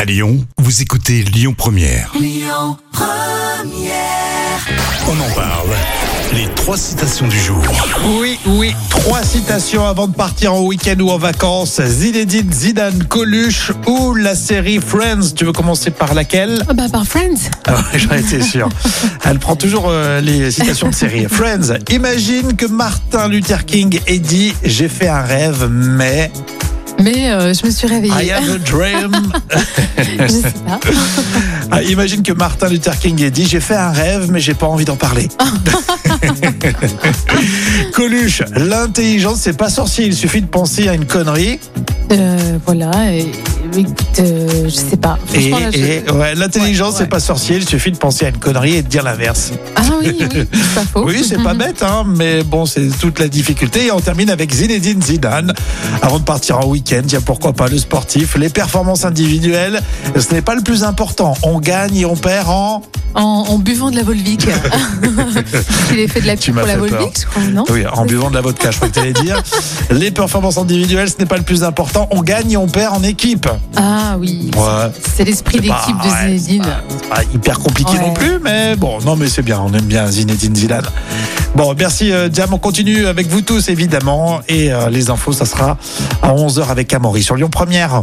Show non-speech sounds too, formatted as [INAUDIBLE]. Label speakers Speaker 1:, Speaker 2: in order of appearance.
Speaker 1: À Lyon, vous écoutez Lyon Première. On en parle. Les trois citations du jour.
Speaker 2: Oui, oui, trois citations avant de partir en week-end ou en vacances. Zinedine, Zidane, Coluche ou la série Friends. Tu veux commencer par laquelle
Speaker 3: Ah bah par Friends.
Speaker 2: Ah ouais, [LAUGHS] J'en étais sûr. Elle prend toujours euh, les citations de série. Friends, imagine que Martin Luther King ait dit « J'ai fait un rêve, mais
Speaker 3: Mais euh, je me suis
Speaker 2: I
Speaker 3: réveillée.
Speaker 2: have a dream ».
Speaker 3: [LAUGHS]
Speaker 2: [LAUGHS]
Speaker 3: je sais pas.
Speaker 2: Ah, imagine que Martin Luther King ait dit J'ai fait un rêve, mais j'ai pas envie d'en [LAUGHS] parler. Coluche, l'intelligence, c'est pas sorcier. Il suffit de penser à une connerie.
Speaker 3: Euh, voilà. Et, écoute, euh, je sais pas.
Speaker 2: Et,
Speaker 3: Franchement, là, je-
Speaker 2: et- ouais, l'intelligence,
Speaker 3: Ouais,
Speaker 2: c'est
Speaker 3: ouais.
Speaker 2: pas sorcier. Il suffit de penser à une connerie et de dire l'inverse.
Speaker 3: Ah oui, oui, c'est pas faux.
Speaker 2: Oui,
Speaker 3: [LAUGHS]
Speaker 2: c'est pas bête, hein, mais bon, c'est toute la difficulté. Et on termine avec Zinedine Zidane. Avant de partir en week-end, tiens, pourquoi pas le sportif Les performances individuelles, ce n'est pas le plus important. On gagne et on perd en.
Speaker 3: En, en buvant de la
Speaker 2: [LAUGHS]
Speaker 3: Volvic. Il est fait de la
Speaker 2: Tu
Speaker 3: pub
Speaker 2: m'as
Speaker 3: pour la
Speaker 2: fait peur.
Speaker 3: Volvic, je crois, non
Speaker 2: Oui, en buvant de la vodka, je crois que t'allais
Speaker 3: [LAUGHS]
Speaker 2: dire. Les performances individuelles, ce n'est pas le plus important. On gagne et on perd en équipe.
Speaker 3: Ah oui.
Speaker 2: Ouais.
Speaker 3: C'est l'esprit
Speaker 2: C'est pas-
Speaker 3: d'équipe de
Speaker 2: ouais,
Speaker 3: Zinedine.
Speaker 2: C'est pas hyper compliqué
Speaker 3: Ouais.
Speaker 2: non plus, mais bon, non, mais c'est bien. On aime bien Zinedine Zidane. Bon, merci, euh, Jam. On continue avec vous tous, évidemment. Et euh, les infos, ça sera à 11h avec Amaury sur Lyon Première.